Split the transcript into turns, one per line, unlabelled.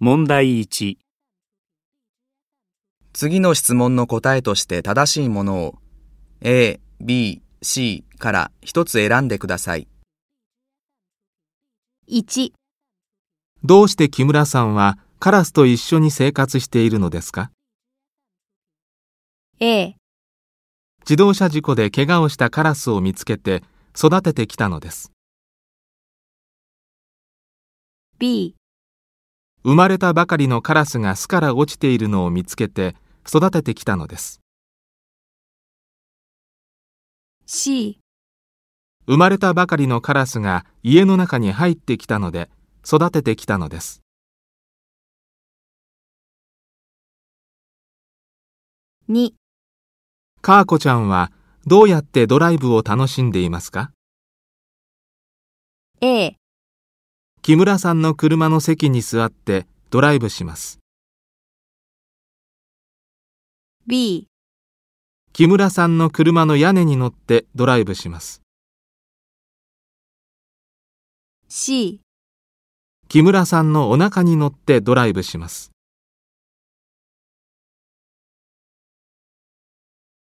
問題1、
次の質問の答えとして正しいものを A、B、C から一つ選んでください。
1、
どうして木村さんはカラスと一緒に生活しているのですか
A、
自動車事故で怪我をしたカラスを見つけて育ててきたのです。
B、
生まれたばかりのカラスが巣から落ちているのを見つけて育ててきたのです。
C、
生まれたばかりのカラスが家の中に入ってきたので育ててきたのです。
2、
カーコちゃんはどうやってドライブを楽しんでいますか
A、
木村さんの車の席に座ってドライブします。
B、
木村さんの車の屋根に乗ってドライブします。
C、
木村さんのお腹に乗ってドライブします。